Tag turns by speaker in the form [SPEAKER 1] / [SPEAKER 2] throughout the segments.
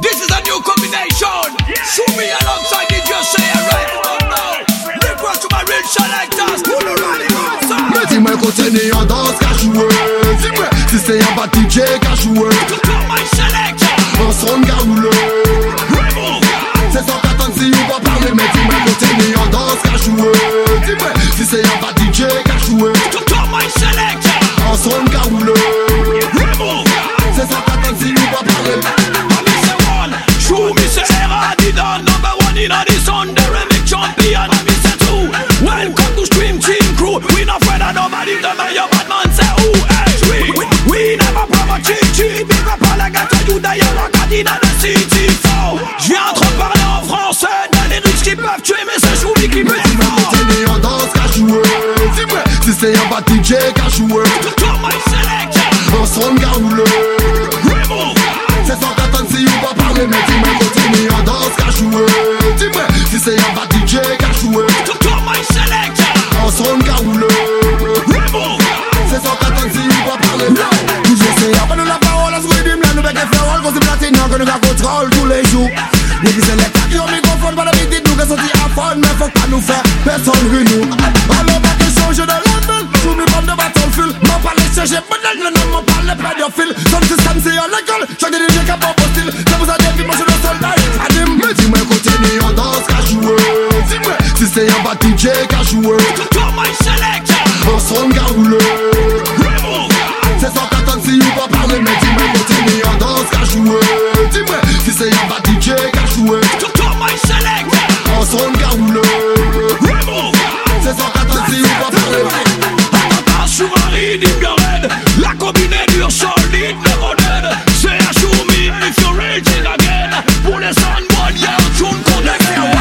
[SPEAKER 1] This is a new combination. Show me alongside it, just say it right about now. Request to my real selectors. Who know right outside?
[SPEAKER 2] Mais dis-moi qu'on t'aime et on danse qu'à jouer Dis-moi si c'est un bad DJ qu'à jouer
[SPEAKER 1] To come my selection.
[SPEAKER 2] On se rend qu'à rouler
[SPEAKER 1] Remove.
[SPEAKER 2] C'est sans t'attendre si on va parler Mais dis-moi qu'on t'aime et on danse qu'à jouer Dis-moi si c'est un bad DJ qu'à jouer
[SPEAKER 1] To come my selection.
[SPEAKER 2] On se rend qu'à rouler
[SPEAKER 1] Remove.
[SPEAKER 2] C'est sans t'attendre si on va parler
[SPEAKER 1] I miss a one. Show me say era Adidas number one in the sun. The remix champion. I miss a two. Welcome to Stream Team Crew. We not afraid of nobody. The mayor bad man say who? Hey, we, we, we never promote cheat cheat. Big up all I got to you. D'ailleurs, I got in the city. Four. J'ai un trop parlé en français. Dans les riches qui peuvent tuer, mais c'est Choumi qui peut
[SPEAKER 2] Dis-moi qu'on
[SPEAKER 1] fort.
[SPEAKER 2] t'aime et on danse qu'à jouer Dis-moi si c'est un bad DJ qu'à jouer
[SPEAKER 1] Come my selection.
[SPEAKER 2] On se rend qu'à rouler
[SPEAKER 1] Remove.
[SPEAKER 2] C'est sans t'attendre si on va parler Mais dis-moi continue on danse qu'à jouer Dis-moi si c'est un bad DJ qu'à jouer
[SPEAKER 1] Come my selection.
[SPEAKER 2] On se rend qu'à rouler
[SPEAKER 1] Remove.
[SPEAKER 2] C'est sans t'attendre si on va parler Toujours c'est un peu de la parole à ce rythme là Nous mettons les paroles qu'on se platine Que nous la contrôle tous les jours Les qui c'est les cas qui ont microphone Pas l'habitude nous qu'à sortir à fond Mais faut pas nous faire personne rue nous Alors pas que changer de level Sous mes pommes de bâton fil M'en parler chercher modèle Le nom m'en parle pédophile Son système c'est à l'école Chaque DJ qui a pas hostile Ça vous a dit puis moi je suis le soldat Adim Mais dis-moi continue on danse qu'à jouer Dis-moi si c'est un bad DJ qu'à jouer
[SPEAKER 1] Come my selection.
[SPEAKER 2] On se rend qu'à rouler
[SPEAKER 1] Remove.
[SPEAKER 2] c'est sans t'attendre si on va parler Mais dis-moi continue en danse qu'à jouer Dis-moi si c'est un bad DJ qu'à jouer
[SPEAKER 1] Come my selection.
[SPEAKER 2] On se rend qu'à rouler
[SPEAKER 1] Remove.
[SPEAKER 2] C'est sans t'attendre si on va parler
[SPEAKER 1] Attentat sous-marine, ignorée. La combine est dure, solide, neurone. C'est un choumi, if you're rich in again. Pour les One y'a un tune qu'on aime.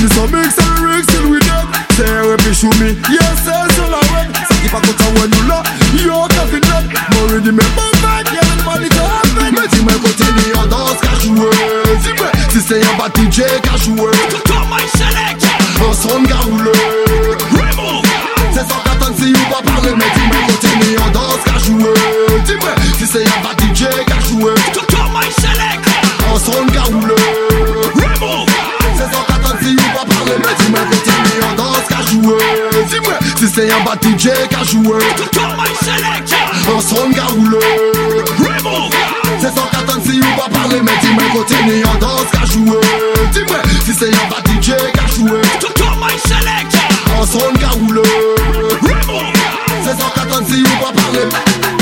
[SPEAKER 2] Nous sommes mix and rix till we dead C'est R.E.P. Choumi, yes c'est sur la web Ça qui pas content ouais nous là, yo t'as fait net Moi ready mais pas back, bon, y'a une manie de avec Mais dis-moi continue en danse qu'à jouer Dis-moi si c'est un bad DJ qu'à jouer
[SPEAKER 1] Come my selection.
[SPEAKER 2] On se rend qu'à rouler
[SPEAKER 1] Remove.
[SPEAKER 2] C'est sans t'attendre si on va parler Mais dis-moi continue en danse qu'à jouer Dis-moi si c'est un bad DJ qu'à jouer
[SPEAKER 1] Come my selection.
[SPEAKER 2] On se rend qu'à rouler
[SPEAKER 1] Remove.
[SPEAKER 2] C'est sans t'attendre si on va parler Mais dis-moi continue en danse qu'à jouer Dis-moi si c'est un bad DJ qu'à jouer
[SPEAKER 1] Come my selection.
[SPEAKER 2] On se rend qu'à rouler
[SPEAKER 1] Remove.
[SPEAKER 2] C'est sans t'attendre si on va parler Mais dis-moi continue en danse qu'à jouer Dis-moi si c'est un bad DJ qu'à jouer
[SPEAKER 1] Come my selection.
[SPEAKER 2] On se rend qu'à rouler
[SPEAKER 1] Remove.
[SPEAKER 2] C'est sans t'attendre si on va parler